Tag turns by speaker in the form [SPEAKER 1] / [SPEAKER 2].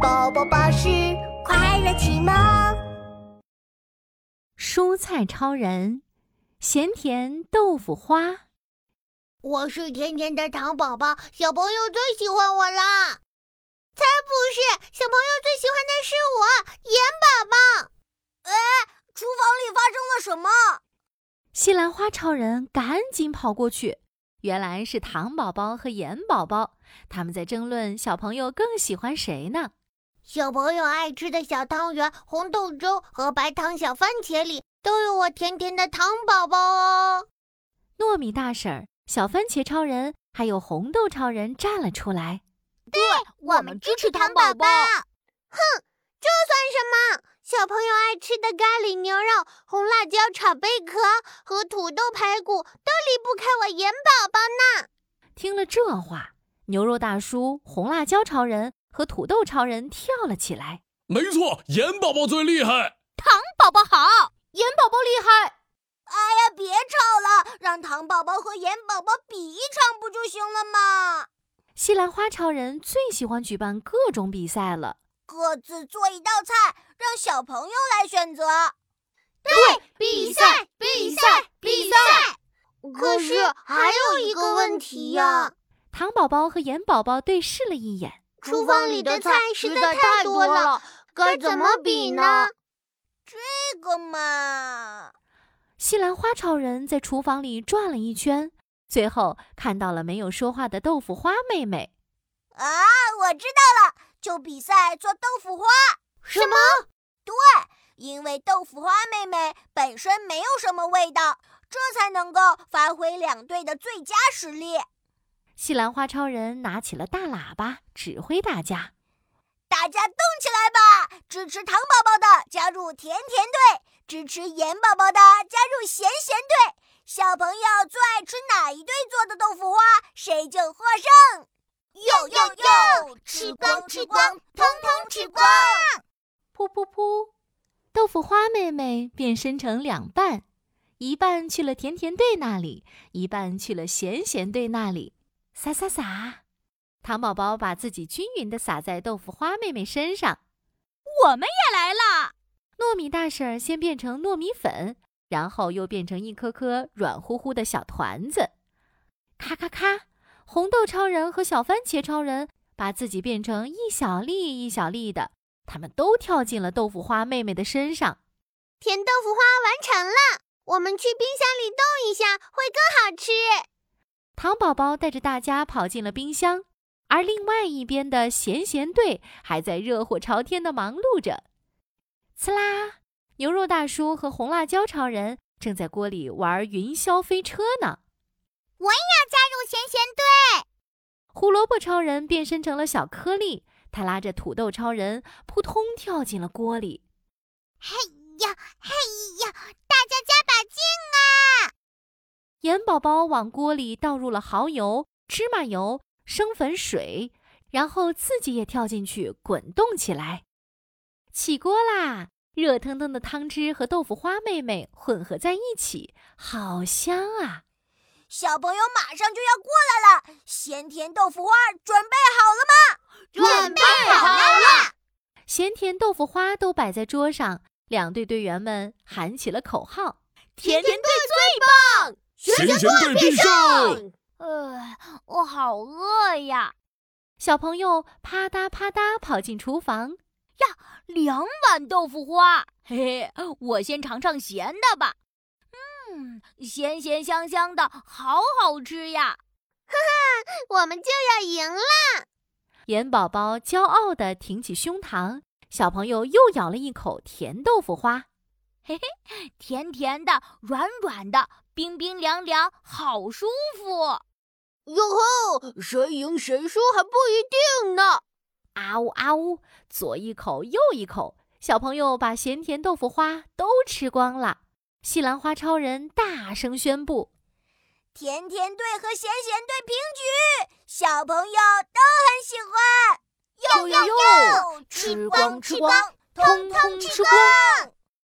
[SPEAKER 1] 宝宝巴士快乐启蒙。
[SPEAKER 2] 蔬菜超人，咸甜豆腐花。
[SPEAKER 3] 我是甜甜的糖宝宝，小朋友最喜欢我啦！
[SPEAKER 1] 才不是，小朋友最喜欢的是我盐宝宝。
[SPEAKER 4] 哎，厨房里发生了什么？
[SPEAKER 2] 西兰花超人赶紧跑过去，原来是糖宝宝和盐宝宝，他们在争论小朋友更喜欢谁呢。
[SPEAKER 3] 小朋友爱吃的小汤圆、红豆粥和白糖小番茄里都有我甜甜的糖宝宝哦。
[SPEAKER 2] 糯米大婶儿、小番茄超人还有红豆超人站了出来。
[SPEAKER 4] 对，我们支持糖宝宝。
[SPEAKER 1] 哼，这算什么？小朋友爱吃的咖喱牛肉、红辣椒炒贝壳和土豆排骨都离不开我盐宝宝呢。
[SPEAKER 2] 听了这话，牛肉大叔、红辣椒超人。和土豆超人跳了起来。
[SPEAKER 5] 没错，盐宝宝最厉害。
[SPEAKER 4] 糖宝宝好，盐宝宝厉害。哎呀，别吵了，让糖宝宝和盐宝宝比一场不就行了吗？
[SPEAKER 2] 西兰花超人最喜欢举办各种比赛了。
[SPEAKER 4] 各自做一道菜，让小朋友来选择。
[SPEAKER 1] 对，比赛，比赛，比赛。
[SPEAKER 3] 可是还有一个问题呀、啊。
[SPEAKER 2] 糖宝宝和盐宝宝对视了一眼。
[SPEAKER 3] 厨房里的菜实在太多了，该怎么比呢？
[SPEAKER 4] 这个嘛，
[SPEAKER 2] 西兰花超人在厨房里转了一圈，最后看到了没有说话的豆腐花妹妹。
[SPEAKER 4] 啊，我知道了，就比赛做豆腐花。
[SPEAKER 3] 什么？
[SPEAKER 4] 对，因为豆腐花妹妹本身没有什么味道，这才能够发挥两队的最佳实力。
[SPEAKER 2] 西兰花超人拿起了大喇叭，指挥大家：“
[SPEAKER 4] 大家动起来吧！支持糖宝宝的加入甜甜队，支持盐宝宝的加入咸咸队。小朋友最爱吃哪一队做的豆腐花，谁就获胜！”
[SPEAKER 1] 哟哟哟！吃光吃光，通通吃光！
[SPEAKER 2] 噗噗噗！豆腐花妹妹变身成两半，一半去了甜甜队那里，一半去了咸咸队那里。撒撒撒！糖宝宝把自己均匀的撒在豆腐花妹妹身上。
[SPEAKER 6] 我们也来啦！
[SPEAKER 2] 糯米大婶先变成糯米粉，然后又变成一颗颗软乎乎的小团子。咔咔咔！红豆超人和小番茄超人把自己变成一小粒一小粒的，他们都跳进了豆腐花妹妹的身上。
[SPEAKER 1] 甜豆腐花完成了，我们去冰箱里冻一下，会更好吃。
[SPEAKER 2] 糖宝宝带着大家跑进了冰箱，而另外一边的咸咸队还在热火朝天的忙碌着。呲啦！牛肉大叔和红辣椒超人正在锅里玩云霄飞车呢。
[SPEAKER 7] 我也要加入咸咸队！
[SPEAKER 2] 胡萝卜超人变身成了小颗粒，他拉着土豆超人扑通跳进了锅里。
[SPEAKER 7] 嘿呀嘿呀，大家加把劲啊！
[SPEAKER 2] 盐宝宝往锅里倒入了蚝油、芝麻油、生粉水，然后自己也跳进去滚动起来。起锅啦！热腾腾的汤汁和豆腐花妹妹混合在一起，好香啊！
[SPEAKER 4] 小朋友马上就要过来了，咸甜豆腐花准备好
[SPEAKER 1] 了吗？准备好了！
[SPEAKER 2] 咸甜豆腐花都摆在桌上，两队队员们喊起了口号：“
[SPEAKER 6] 甜甜队最棒！”
[SPEAKER 5] 咸咸队必胜！
[SPEAKER 6] 呃，我好饿呀！
[SPEAKER 2] 小朋友啪嗒啪嗒跑进厨房，
[SPEAKER 6] 呀，两碗豆腐花，嘿嘿，我先尝尝咸的吧。嗯，咸咸香香的，好好吃呀！
[SPEAKER 1] 哈哈，我们就要赢了！
[SPEAKER 2] 盐宝宝骄傲地挺起胸膛，小朋友又咬了一口甜豆腐花。
[SPEAKER 6] 嘿嘿，甜甜的，软软的，冰冰凉凉，好舒服！
[SPEAKER 3] 哟吼，谁赢谁输还不一定呢！
[SPEAKER 2] 啊呜啊呜，左一口右一口，小朋友把咸甜豆腐花都吃光了。西兰花超人大声宣布：
[SPEAKER 4] 甜甜队和咸咸队平局，小朋友都很
[SPEAKER 6] 哟
[SPEAKER 4] 喜欢。
[SPEAKER 6] 哟哟，
[SPEAKER 7] 吃光吃光，
[SPEAKER 6] 通
[SPEAKER 7] 通
[SPEAKER 6] 吃
[SPEAKER 7] 光！